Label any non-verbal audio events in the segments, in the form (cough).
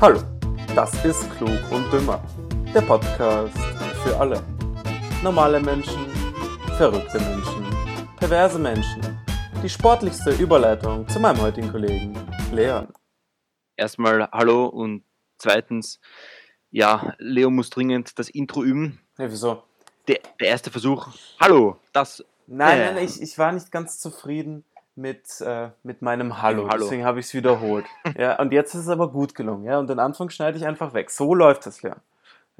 Hallo, das ist Klug und Dümmer, der Podcast für alle. Normale Menschen, verrückte Menschen, perverse Menschen. Die sportlichste Überleitung zu meinem heutigen Kollegen, Leon. Erstmal hallo und zweitens, ja, Leo muss dringend das Intro üben. Hey, wieso? Der, der erste Versuch. Hallo, das. Nein, Äh. nein, ich, ich war nicht ganz zufrieden mit, äh, mit meinem Hallo, Dem Hallo. deswegen habe ich es wiederholt. (laughs) ja, und jetzt ist es aber gut gelungen, ja, und den Anfang schneide ich einfach weg. So läuft das, Leon.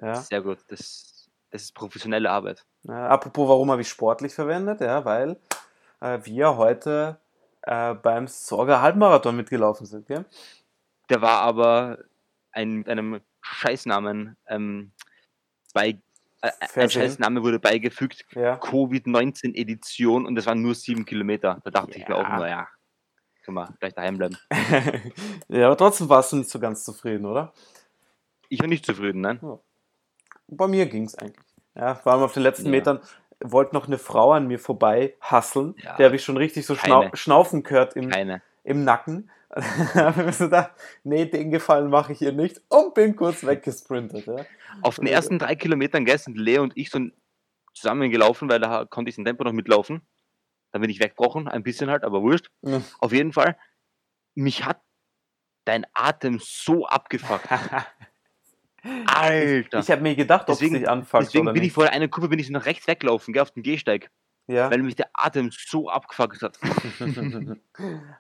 Ja. Sehr gut, das, das ist professionelle Arbeit. Äh, apropos, warum habe ich sportlich verwendet? Ja, weil äh, wir heute äh, beim Sorger Halbmarathon mitgelaufen sind. Ja? Der war aber ein, mit einem Scheißnamen ähm, bei. Äh, ein Versehen. Scheißname wurde beigefügt. Ja. (laughs) Covid-19-Edition und das waren nur sieben Kilometer. Da dachte ich mir auch Ja. nur, ja, können wir gleich daheim bleiben. ja, aber trotzdem warst du nicht so ganz zufrieden, oder? Ich war nicht zufrieden, ne? nein. Bei mir ging es eigentlich. Ja, vor allem auf den letzten Ja. Metern wollte noch eine Frau an mir vorbei hasseln. Ja. Der habe ich schon richtig so schnau Keine. schnaufen gehört im, Keine. im Nacken. (laughs) Da habe ich mir so gedacht, nee, den Gefallen mache ich ihr nicht und bin kurz weggesprintet. Ja. Auf den ersten drei Kilometern gell, sind Leo und ich so zusammengelaufen, weil da konnte ich sein Tempo noch mitlaufen. Dann bin ich weggebrochen, ein bisschen halt, aber wurscht. Mhm. Auf jeden Fall, mich hat dein Atem so (laughs) abgefuckt. Alter. Ich habe mir gedacht, ob es Deswegen- dich anfuckt Deswegen oder bin ich nicht. vor einer Kurve bin ich so nach rechts weglaufen, gell, auf den Gehsteig, ja. weil mich der Atem so abgefuckt hat. (laughs)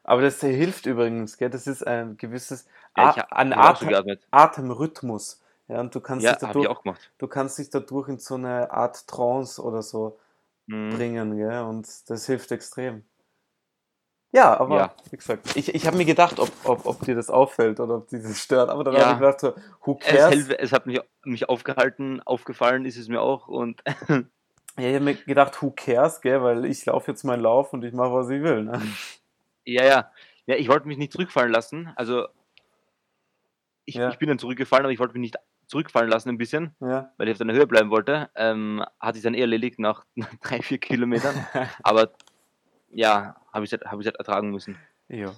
Aber das hilft übrigens, gell? das ist ein gewisses A- Ja, ich ein hab auch so Atem geatmet. Atemrhythmus. Ja, und du kannst, Ja, dich habe ich dadurch, auch gemacht. du kannst dich dadurch in so eine Art Trance oder so Mhm. bringen. Gell? Und das hilft extrem. Ja, aber Ja. wie gesagt, ich, ich habe mir gedacht, ob, ob, ob dir das auffällt oder ob dir das stört. Aber dann Ja. habe ich gedacht, so, who Es, cares? hält- es hat mich, mich aufgehalten, aufgefallen ist es mir auch und Ja, ich habe mir gedacht, who cares, gell? weil ich laufe jetzt meinen Lauf und ich mache, was ich will. Ne? Mhm. ja, ja. Ja, ich wollte mich nicht zurückfallen lassen. Also ich, Ja. ich bin dann zurückgefallen, aber ich wollte mich nicht zurückfallen lassen ein bisschen, Ja. weil ich auf der Höhe bleiben wollte. Ähm, hat sich dann eh erledigt nach (laughs) drei, vier Kilometern. Aber ja, habe ich es hab ich's halt ertragen müssen. Ja.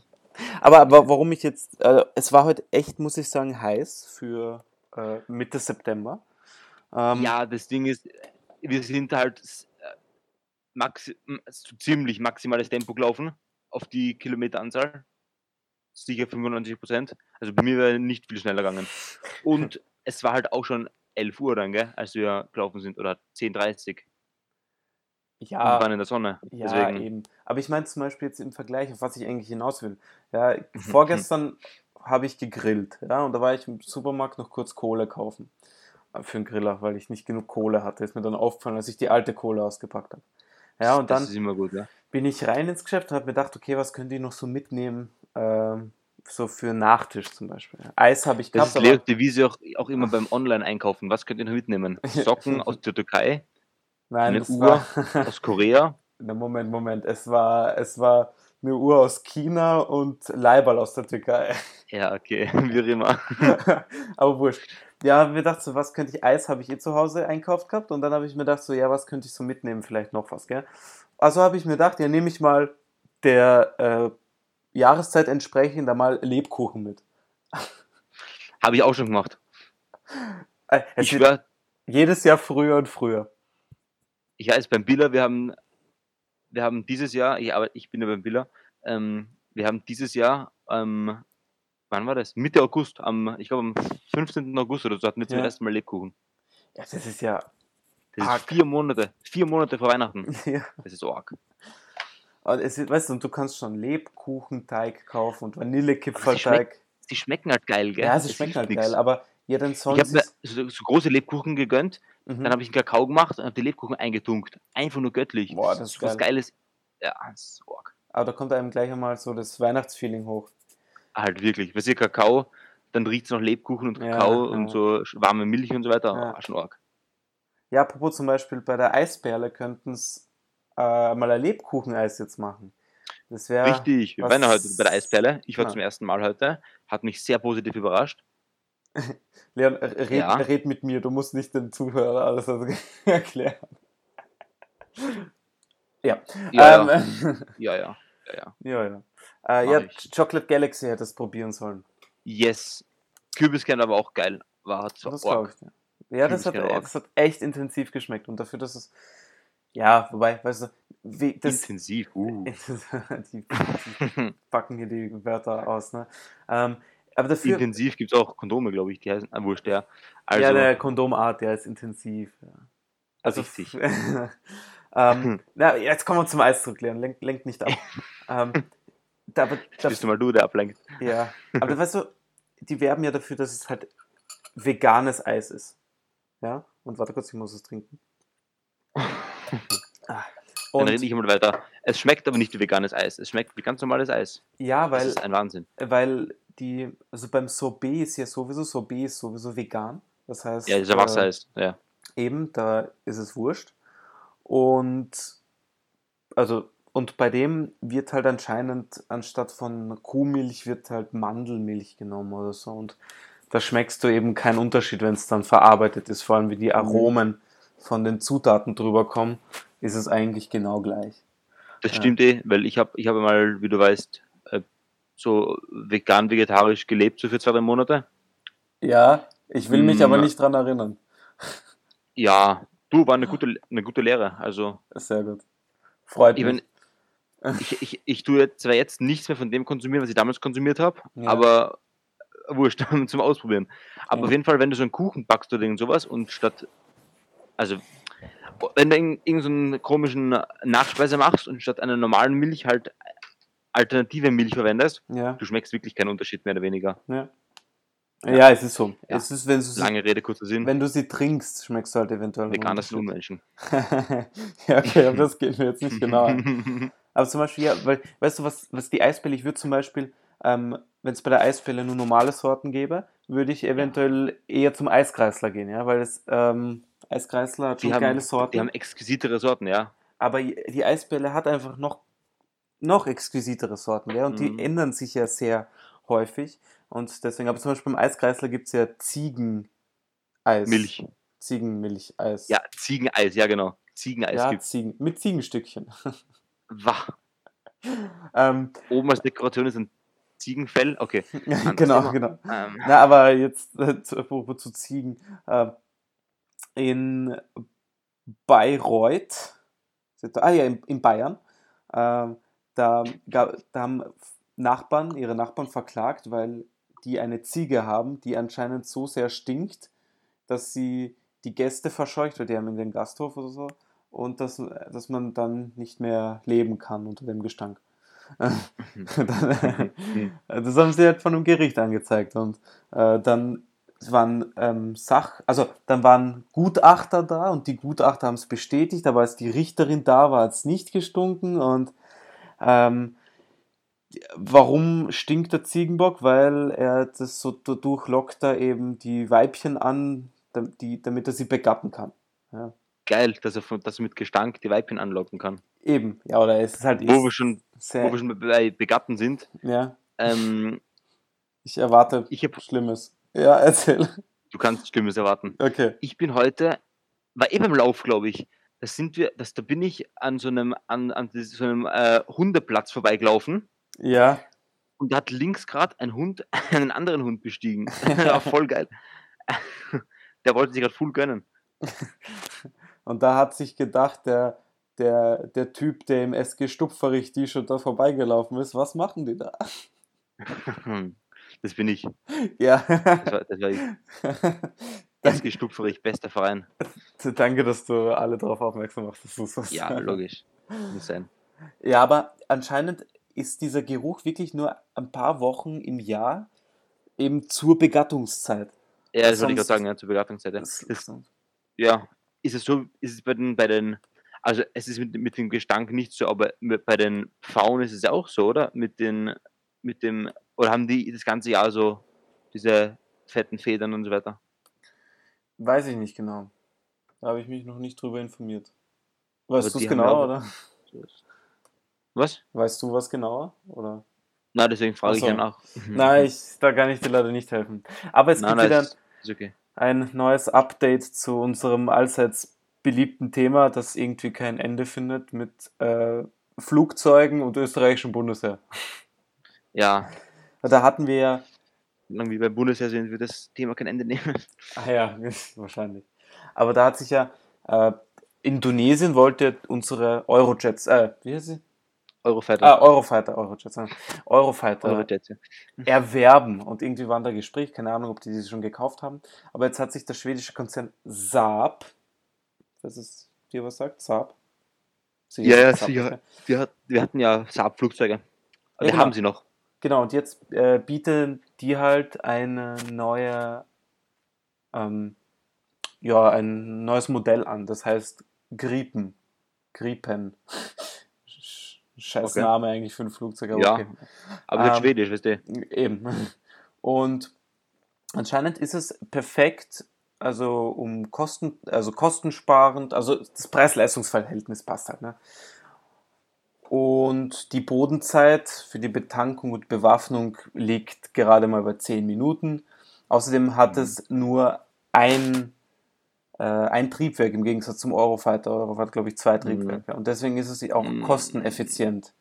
Aber, aber warum ich jetzt, also es war heute echt, muss ich sagen, heiß für äh, Mitte September. Ähm, Ja, das Ding ist, wir sind halt s- äh, maxi m- so ziemlich maximales Tempo gelaufen auf die Kilometeranzahl. Sicher 95 Prozent. Also bei mir wäre nicht viel schneller gegangen. (laughs) Und es war halt auch schon 11 Uhr dann, gell, als wir gelaufen sind. Oder 10.30 Uhr. Und wir ja, waren in der Sonne. Ah, ja Deswegen. eben. Aber ich meine zum Beispiel jetzt im Vergleich, auf was ich eigentlich hinaus will. Ja, Mhm, vorgestern habe ich gegrillt, ja, und da war ich im Supermarkt noch kurz Kohle kaufen. Äh, Für einen Griller, weil ich nicht genug Kohle hatte. Ist mir dann aufgefallen, als ich die alte Kohle ausgepackt habe. Ja, und dann das ist immer gut, ja. bin ich rein ins Geschäft und habe mir gedacht, okay, was könnt ihr noch so mitnehmen? Ähm, so für Nachtisch zum Beispiel. Eis habe ich Das gehabt, ist aber Leos Devise auch, auch immer beim Online-Einkaufen. Was könnt ihr (laughs) noch mitnehmen? Socken aus der Türkei, nein, eine es Uhr. war, aus Korea. (laughs) Na, Moment, Moment, es war, es war eine Uhr aus China und Leiberl aus der (laughs) Türkei. Ja, okay, wie auch immer. aber wurscht. Ja, hab mir gedacht, so was könnte ich, Eis habe ich eh zu Hause einkauft gehabt und dann habe ich mir gedacht, so ja, was könnte ich so mitnehmen, vielleicht noch was, gell? Also habe ich mir gedacht, ja, nehme ich mal der äh, Jahreszeit entsprechend da mal Lebkuchen mit. Habe ich auch schon gemacht. Äh, es Ich wird- schwör, Jedes Jahr früher und früher. ich weiß, beim Biller, wir haben, wir haben dieses Jahr, ich, aber ich bin ja beim Biller, ähm, wir haben dieses Jahr, ähm, wann war das? Mitte August, am, ich glaube am 15. August oder so hatten wir zum Ja. ersten Mal Lebkuchen. Ja, das ist ja. Das Arg. ist vier Monate, vier Monate vor Weihnachten. (laughs) ja. Das ist arg. Und es ist, weißt du, und du kannst schon Lebkuchenteig kaufen und Aber Vanillekipferteig. Die schmecken halt geil, gell? Ja, sie Das schmeckt hilft halt nix. geil, aber ja, dann Ich habe sonst. mir ist- so, so große Lebkuchen gegönnt, Mhm. dann habe ich einen Kakao gemacht und habe die Lebkuchen eingetunkt. Einfach nur göttlich. Boah, das ist so was geil. Geiles. Ja, das ist arg. aber da kommt einem gleich einmal so das Weihnachtsfeeling hoch. Halt wirklich. Weißt du, Kakao, dann riecht es nach Lebkuchen und Ja, Kakao ja. und so sch- warme Milch und so weiter. Ja. Ah, schon arg. Ja, apropos zum Beispiel bei der Eisperle könnten es äh, mal ein Lebkucheneis jetzt machen. Das wäre. Richtig. Wir was- waren ja heute bei der Eisperle. Ich war Ja. zum ersten Mal heute. Hat mich sehr positiv überrascht. Leon, äh, red, Ja. red mit mir, du musst nicht den Zuhörer alles (laughs) erklären. Ja, ja. ähm, (laughs) ja, ja. ja, ja. Ja, ja. Äh, Mach ja, ich. Chocolate Galaxy hätte es probieren sollen. Yes. Kürbiskern aber auch geil war. Hat's Das arg. glaube ich. dir. Ja, das hat, äh, Kürbiskern arg. das hat echt intensiv geschmeckt. Und dafür, dass es. Ja, wobei, weißt du, wie, das, (laughs) Äh, Intensiv. Uh. die, die packen hier die Wörter aus, ne? Ähm, aber dafür. Intensiv gibt es auch Kondome, glaube ich, die heißen. Ah, wurscht, ja. Also, ja, der Kondomart, der ist intensiv. Ja. Also Richtig. (laughs) ähm, na, jetzt kommen wir zum Eisdruck, Leon. Lenk, lenk nicht (laughs) ab. ähm, da, aber, da, bist du mal du, der ablenkt. ja. (laughs) aber weißt du, die werben ja dafür, dass es halt veganes Eis ist. Ja? Und warte kurz, ich muss es (laughs) trinken. Ah. Dann rede Und, ich immer weiter. Es schmeckt aber nicht wie veganes Eis. Es schmeckt wie ganz normales Eis. ja, Das weil ist ein Wahnsinn. weil die, also beim Sorbet ist ja sowieso, Sorbet ist sowieso vegan. Das heißt, Ja, dieser Wasser ist. Ja. äh, eben, da ist es wurscht. Und also, und bei dem wird halt anscheinend, anstatt von Kuhmilch wird halt Mandelmilch genommen oder so. Und da schmeckst du eben keinen Unterschied, wenn es dann verarbeitet ist, vor allem wie die Aromen von den Zutaten drüber kommen, ist es eigentlich genau gleich. Das Ja. stimmt eh, weil ich habe ich hab mal, wie du weißt, äh, so vegan-vegetarisch gelebt, so für zwei, drei Monate. Ja, ich will mich Mm. aber nicht dran erinnern. Ja, du, war eine Ah. gute, eine gute Lehre. Also, Sehr gut. Freut ich, mich. mein, ich, ich, ich tue jetzt zwar jetzt nichts mehr von dem konsumieren, was ich damals konsumiert habe, Ja. aber äh, wurscht, (laughs) zum Ausprobieren. Aber Ja. auf jeden Fall, wenn du so einen Kuchen backst oder irgend sowas und statt, also, wenn du irgendeinen irgend so einen komischen Nachspeise machst und statt einer normalen Milch halt alternative Milch verwendest, ja. du schmeckst wirklich keinen Unterschied mehr oder weniger. Ja. Ja. Ja, es ist so. Ja. Es ist, wenn du, sie, Lange Rede, kurzer Sinn. wenn du sie trinkst, schmeckst du halt eventuell. Veganer sind Unmenschen. (laughs) ja, okay, aber das geht mir jetzt nicht genau (laughs) an. Aber zum Beispiel, ja, weil, weißt du, was, was die Eisbälle, ich würde zum Beispiel, ähm, wenn es bei der Eisbälle nur normale Sorten gäbe, würde ich eventuell eher zum Eiskreisler gehen, ja, weil das ähm, Eiskreisler hat schon Die haben, geile die haben Sorten, exquisitere Sorten, ja. aber die Eisbälle hat einfach noch, noch exquisitere Sorten, ja, und Mhm. die ändern sich ja sehr häufig und deswegen, aber zum Beispiel im Eiskreisler gibt es ja Ziegeneis. Milch. Ziegenmilcheis. Ja, Ziegeneis, ja genau. Ziegeneis ja gibt's. Ziegen, mit Ziegenstückchen. Wah. ähm, Oben als Dekoration ist ein Ziegenfell. Okay. Anderes genau, Thema. genau. Ähm, Na, aber jetzt äh, zu, apropos zu Ziegen. ähm, in Bayreuth, ah ja, in, in Bayern, ähm, da, gab, da haben Nachbarn, ihre Nachbarn verklagt, weil die eine Ziege haben, die anscheinend so sehr stinkt, dass sie die Gäste verscheucht wird. Die haben in den Gasthof oder so. Und dass, dass man dann nicht mehr leben kann unter dem Gestank. (laughs) dann, das haben sie halt von einem Gericht angezeigt und äh, dann waren ähm, Sach, also dann waren Gutachter da und die Gutachter haben es bestätigt, aber als die Richterin da war, hat es nicht gestunken und ähm, warum stinkt der Ziegenbock? Weil er das so dadurch lockt er eben die Weibchen an, da- die, damit er sie begatten kann. geil, dass er, von, dass er mit Gestank die Weibchen anlocken kann. Eben, ja, oder es ist halt Wo wir schon, wo sehr, wir schon bei Begatten sind. ja, Ähm, ich erwarte ich hab, Schlimmes. Ja, erzähl. du kannst Schlimmes erwarten. Okay. ich bin heute, war eben im Lauf, glaube ich. Da sind wir, das, da bin ich an so einem, an, an dieses- so einem äh, Hundeplatz vorbeigelaufen Ja, und da hat links gerade ein Hund (laughs) einen anderen Hund (laughs) bestiegen. war voll geil. (laughs) Der wollte sich gerade full gönnen. (laughs) Und da hat sich gedacht, der, der, der Typ, der im SG Stupferich-T-Shirt da vorbeigelaufen ist, was machen die da? (laughs) Das bin ich. Ja. Das war, das war ich. Das Danke, gestupferig, bester Verein. Also, danke, dass du alle darauf aufmerksam machst, dass du es was (laughs) Ja, logisch. Muss sein. Ja, aber anscheinend ist dieser Geruch wirklich nur ein paar Wochen im Jahr eben zur Begattungszeit. Ja, das wollte ich gerade Sonst- sagen, ja, zur Beratungsseite. Das, Das, ja, ist es so, ist es bei den, bei den, also es ist mit, mit dem Gestank nicht so, aber mit, bei den Pfauen ist es ja auch so, oder? Mit den, mit dem, oder haben die das ganze Jahr so diese fetten Federn und so weiter? weiß ich nicht genau. Da habe ich mich noch nicht drüber informiert. Weißt du die es haben ja genau, auch- oder? Was? Weißt du was genauer, oder? Na, deswegen frage ich Ach so. ja nach. (laughs) Nein, ich, da kann ich dir leider nicht helfen. Aber es nein, gibt nein, wieder ist, ist okay. ein neues Update zu unserem allseits beliebten Thema, das irgendwie kein Ende findet mit äh, Flugzeugen und österreichischem Bundesheer. Ja, Da hatten wir ja solange wir beim Bundesheer sind, wird das Thema kein Ende nehmen. (laughs) Ah ja, (laughs) wahrscheinlich. Aber da hat sich ja äh, Indonesien wollte unsere Eurojets, äh, wie heißt sie? Eurofighter. Ah, Eurofighter, Eurojets, äh, Eurofighter Eurojets, ja. erwerben. Und irgendwie waren da Gespräche, keine Ahnung, ob die diese schon gekauft haben. Aber jetzt hat sich der schwedische Konzern Saab, das ist dir was sagt, Saab? Sicher, Ja, ja, Saab, sicher. okay. Wir, hat- wir hatten ja Saab-Flugzeuge. Ja, Wir genau. haben sie noch. Genau, und jetzt äh, bieten die halt eine neue, ähm, ja, ein neues Modell an. Das heißt Gripen. Gripen. Sch- Scheiß Okay. Name eigentlich für ein Flugzeug, aber Ja. okay. Aber Ähm, das ist halt Schwedisch, weißt du. Eben. Und anscheinend ist es perfekt, also um Kosten, also kostensparend, also das Preis-Leistungs-Verhältnis passt halt, ne? Und die Bodenzeit für die Betankung und Bewaffnung liegt gerade mal bei 10 Minuten. Außerdem hat Mhm. es nur ein, äh, ein Triebwerk im Gegensatz zum Eurofighter. Eurofighter, glaube ich, zwei Triebwerke. Und deswegen ist es auch Mhm. kosteneffizient.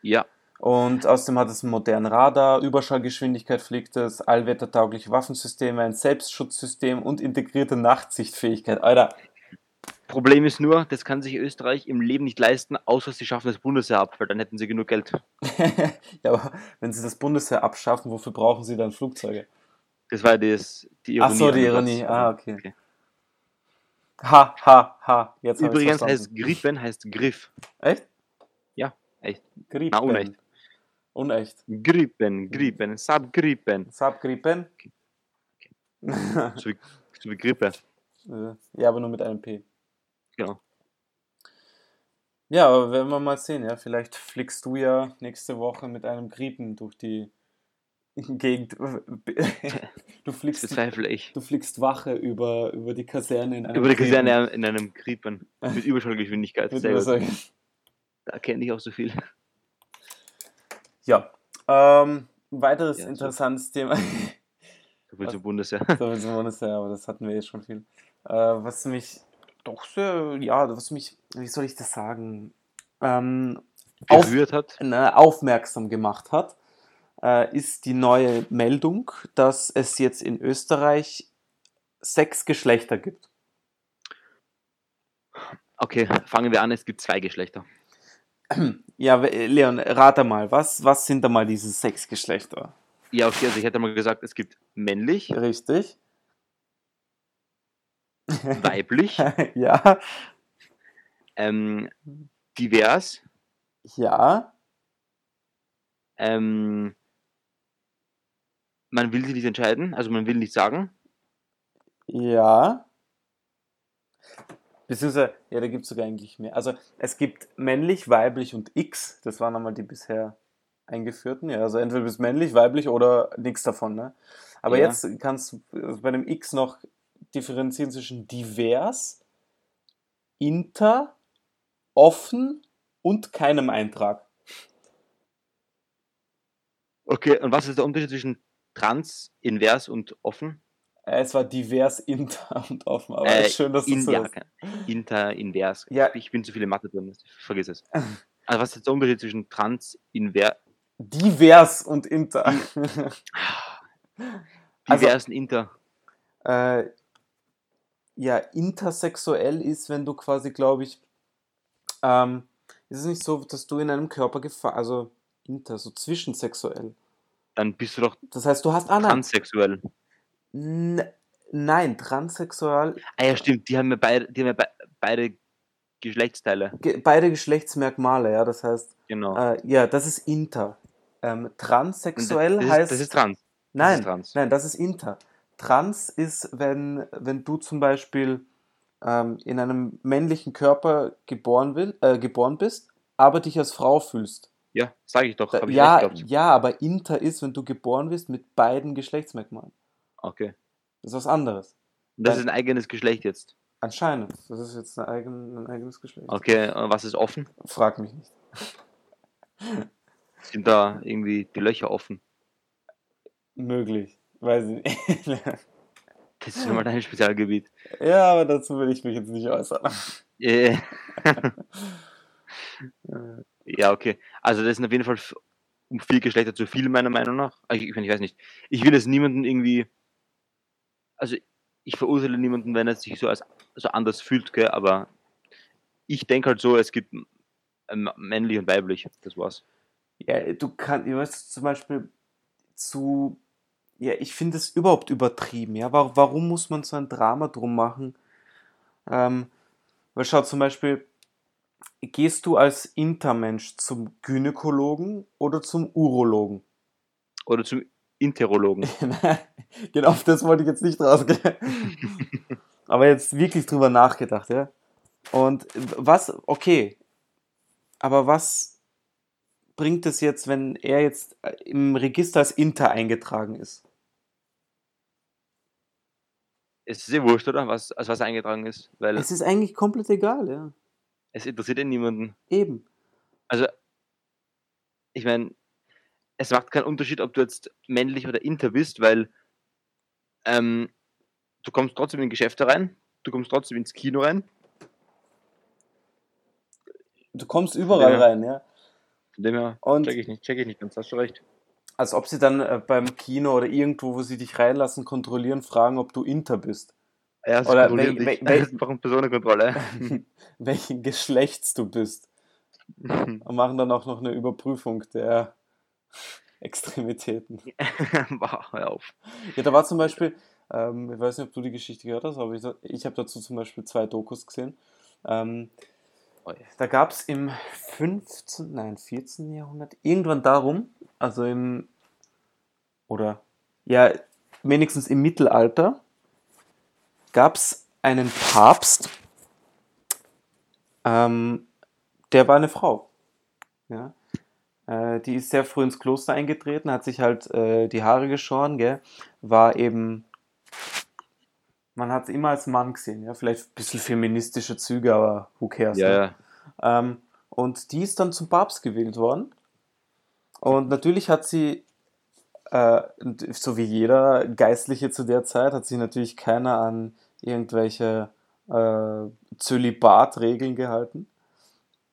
Ja. Und außerdem hat es einen modernen Radar, Überschallgeschwindigkeit fliegt es, allwettertaugliche Waffensysteme, ein Selbstschutzsystem und integrierte Nachtsichtfähigkeit. Alter, (laughs) Problem ist nur, das kann sich Österreich im Leben nicht leisten, außer sie schaffen das Bundesheer ab, weil dann hätten sie genug Geld. ja, aber wenn sie das Bundesheer abschaffen, wofür brauchen sie dann Flugzeuge? Das war das, die Ach Ironie. so, die an dem Ironie. Satz. Ah, okay. Also, Okay. Ha, ha, ha. Jetzt habe ich Übrigens verstanden. heißt Gripen heißt Griff. Echt? Ja, echt. Gripen. Na, unecht. Unecht. Gripen, Gripen, Subgripen. Subgripen. (laughs) So wie, so wie Grippe. Äh, ja, aber nur mit einem P. Genau. Ja, aber werden wir mal sehen, ja. Vielleicht fliegst du ja nächste Woche mit einem Gripen durch die (laughs) Gegend. Du Das halt fliegst, bezweifle ich. du fliegst Wache über, über die Kaserne in einem Über die Gripen. Kaserne in einem Gripen. Mit Überschallgeschwindigkeit. (laughs) Würde Sehr man gut. sagen. Da kenne ich auch so viel. Ja. Ähm, ein weiteres Ja, so. interessantes Thema. (laughs) So viel Was? zum Bundesheer. So, jetzt sind wir uns ja, aber das hatten wir jetzt schon viel. Äh, was mich doch sehr, ja, was mich, wie soll ich das sagen, ähm, auf, Berührt hat. ne, aufmerksam gemacht hat, äh, ist die neue Meldung, dass es jetzt in Österreich sechs Geschlechter gibt. (clears throat) Okay, fangen wir an. Es gibt zwei Geschlechter. Ja, w- Leon, rate mal, was, was sind da mal diese sechs Geschlechter? Ja, okay, also ich hätte mal gesagt, es gibt (laughs) männlich, Richtig? weiblich, (laughs) ja, ähm, divers, ja, ähm, man will sich nicht entscheiden, also man will nicht sagen. ja. Beziehungsweise, ja, da gibt es sogar eigentlich mehr. Also es gibt männlich, weiblich und X. Das waren einmal die bisher eingeführten. Ja, also entweder bist männlich, weiblich oder nichts davon. Ne? Aber Ja. jetzt kannst du äh, bei dem X noch differenzieren zwischen divers, inter, offen und keinem Eintrag. Okay, und was ist der Unterschied zwischen trans, invers und offen? Äh, Es war divers, (laughs) inter und offen. Aber Äh, schön, dass du es India, weißt. inter, invers. Ja. Ich bin zu viel in Mathe drin, vergiss (laughs) es. Also was ist der Unterschied zwischen trans, invers, Divers und inter. (laughs) Also- divers und inter? äh, ja, intersexuell ist, wenn du quasi, glaube ich, ähm, ist es nicht so, dass du in einem Körper gefangen, also inter, so zwischensexuell. Dann bist du doch Das heißt, du hast, ah nein, transsexuell. N- nein, transsexual, Ah ja, stimmt, die haben ja beide, die haben ja be beide Geschlechtsteile. ge beide Geschlechtsmerkmale, ja, das heißt, Genau. äh, ja, das ist inter. Ähm, Und transsexuell das, das heißt, Ist, das ist trans. nein, Das ist trans. Nein, das ist inter. Trans ist, wenn, wenn du zum Beispiel ähm, in einem männlichen Körper geboren, will, äh, geboren bist, aber dich als Frau fühlst. Ja, sage ich doch. Da, Hab ich Äh, ja, recht gehabt. ja, aber inter ist, wenn du geboren wirst mit beiden Geschlechtsmerkmalen. Okay. Das ist was anderes. Und das Dann- ist ein eigenes Geschlecht jetzt. Anscheinend. Das ist jetzt ein, eigen, ein eigenes Geschlecht. Okay, äh, was ist offen? Frag mich nicht. Sind da irgendwie die Löcher offen? Möglich. Weiß ich (laughs) nicht. Das Äh. ist schon mal dein Spezialgebiet. ja, aber dazu will ich mich jetzt nicht äußern. (laughs) Äh, ja, okay. Also das sind auf jeden Fall f- um vier Geschlechter zu viel, meiner Meinung nach. Also Ich, ich, ich weiß nicht. Ich will es niemanden irgendwie. Also, ich verurteile niemanden, wenn er sich so, als, so anders fühlt, gell? aber ich denke halt so, es gibt ähm, männlich und weiblich. Das war's. Ja, du kannst, ich weiß zum Beispiel zu. Ja, ich finde es überhaupt übertrieben. Ja, warum, warum muss man so ein Drama drum machen? Ähm, weil schau zum Beispiel, gehst du als Intermensch zum Gynäkologen oder zum Urologen? Oder zum Interologen. (laughs) genau, auf das wollte ich jetzt nicht (laughs) rausgehen. Aber jetzt wirklich drüber nachgedacht, ja? Und was, okay, aber was bringt es jetzt, wenn er jetzt äh, im Register als Inter eingetragen ist? Es ist sehr wurscht, oder? Was, als was er eingetragen ist. Weil es ist eigentlich komplett egal, ja. Es interessiert ja niemanden. Eben. Also, ich meine, es macht keinen Unterschied, ob du jetzt männlich oder inter bist, weil ähm, du kommst trotzdem in Geschäfte rein, du kommst trotzdem ins Kino rein. Du kommst überall Ja. rein, ja. Von dem her Und- check ich nicht, check ich nicht ganz, hast du recht. Als ob sie dann äh, beim Kino oder irgendwo, wo sie dich reinlassen, kontrollieren, fragen, ob du Inter (laughs) bist. Ja, sie Oder kontrollieren wel- wel- dich. wel- (laughs) Das ist einfach (laughs) eine Personenkontrolle. Welchen Geschlechts du bist. Und machen dann auch noch eine Überprüfung der (laughs) Extremitäten. wow, hör auf. Ja, da war zum Beispiel, ähm, ich weiß nicht, ob du die Geschichte gehört hast, aber ich, ich habe dazu zum Beispiel zwei Dokus gesehen. Ähm, Oi. da gab es im 15., nein, 14. Jahrhundert irgendwann darum, also im, oder ja, wenigstens im Mittelalter, gab es einen Papst, ähm, der war eine Frau. Ja. Äh, die ist sehr früh ins Kloster eingetreten, hat sich halt äh, die Haare geschoren, gell? war eben, man hat sie immer als Mann gesehen, ja, vielleicht ein bisschen feministische Züge, aber who cares. Ja, ne? ja. Ähm, und die ist dann zum Papst gewählt worden. Und natürlich hat sie, äh, und so wie jeder Geistliche zu der Zeit, hat sich natürlich keiner an irgendwelche äh, Zölibatregeln gehalten.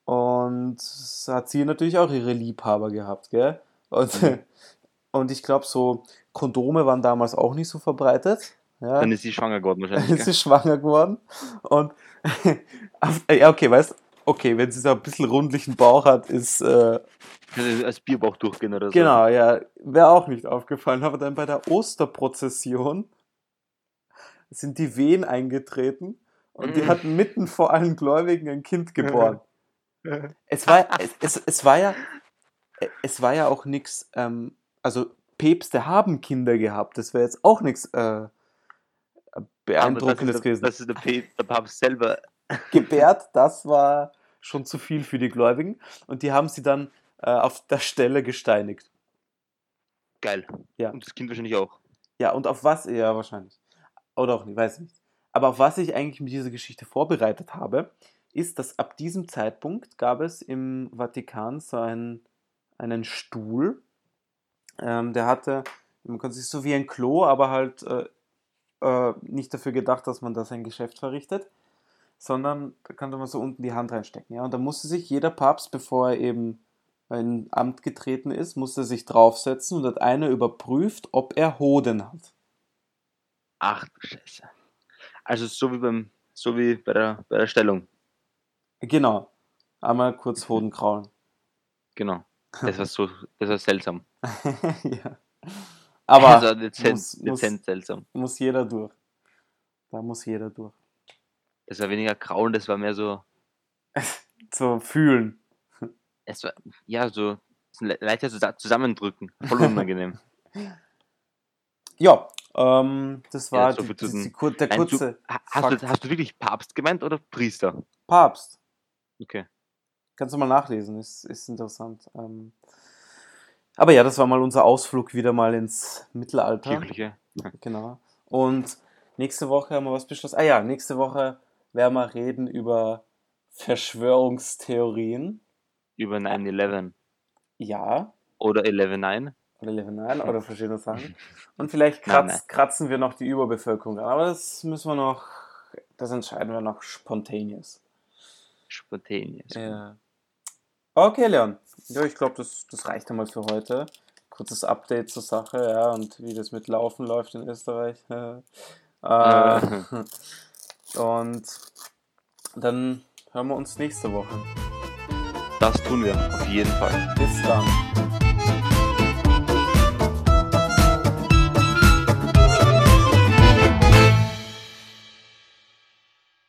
Und s- hat sie natürlich auch ihre Liebhaber gehabt, gell? Und, (laughs) und ich glaube, so Kondome waren damals auch nicht so verbreitet. Ja Dann ist sie schwanger geworden (laughs) wahrscheinlich. ist gell? sie schwanger geworden und (laughs) auf- äh, ja okay, weißt okay, wenn sie so ein bisschen rundlichen Bauch hat, ist äh, Kann sie als Bierbauch durchgehen oder so. genau, ja, wäre auch nicht aufgefallen, aber dann bei der Osterprozession sind die Wehen eingetreten und die Mhm. hatten mitten vor allen Gläubigen ein Kind geboren. Ja. Es war, es, es, es war ja, es war ja auch nichts, ähm, also Päpste haben Kinder gehabt, das wäre jetzt auch nichts äh, beeindruckendes das ist, gewesen. der, das ist der, P der Papst selber. (laughs) gebärt, das war schon zu viel für die Gläubigen. Und die haben sie dann äh, auf der Stelle gesteinigt. Geil. Ja. Und das Kind wahrscheinlich auch. Ja, und auf was? Ja, wahrscheinlich. Oder auch nicht, weiß nicht. Aber auf was ich eigentlich mit dieser Geschichte vorbereitet habe, ist, dass ab diesem Zeitpunkt gab es im Vatikan so einen, einen Stuhl, ähm, der hatte, man konnte sich so wie ein Klo, aber halt äh, äh, nicht dafür gedacht, dass man da sein Geschäft verrichtet, sondern da konnte man so unten die Hand reinstecken. Ja? Und da musste sich jeder Papst, bevor er eben in Amt getreten ist, musste sich draufsetzen und hat einer überprüft, ob er Hoden hat. Ach du Scheiße. Also so wie beim, so wie bei der, bei der Stellung. Genau. Einmal kurz Mhm. Hoden (laughs) kraulen. (laughs) Genau. Das war so, das war seltsam. ja. Aber das war dezent, muss- muss- dezent seltsam. muss jeder durch. Da muss jeder durch. Das war weniger grauen, das war mehr so, So fühlen. es war, ja, so, so le- leichter zusa- zusammendrücken. (laughs) Voll unangenehm. Ja, ähm, das Ja, war so die, viel zu die, den- die, kur- der Nein, kurze Ha- hast, Fakt. du, hast du wirklich Papst gemeint oder Priester? Papst. Okay. Kannst du mal nachlesen, ist, ist interessant. Ähm, aber ja, das war mal unser Ausflug wieder mal ins Mittelalter. Kirchliche. Genau. Und nächste Woche haben wir was beschlossen. Ah ja, nächste Woche werden wir reden über Verschwörungstheorien. Über 9-11. Ja, Oder 11-9. oder Level 9 oder (laughs) verschiedene Sachen. Und vielleicht Nein, kratz, nein. kratzen wir noch die Überbevölkerung an. Aber das müssen wir noch, das entscheiden wir noch spontaneous. Spontaneous. Ja. Okay, Leon. Ja, ich glaube, das, das reicht einmal für heute. Kurzes Update zur Sache, ja, und wie das mit Laufen läuft in Österreich. (laughs) äh, Ja. (laughs) und dann hören wir uns nächste Woche. Das tun wir auf jeden Fall. Bis dann.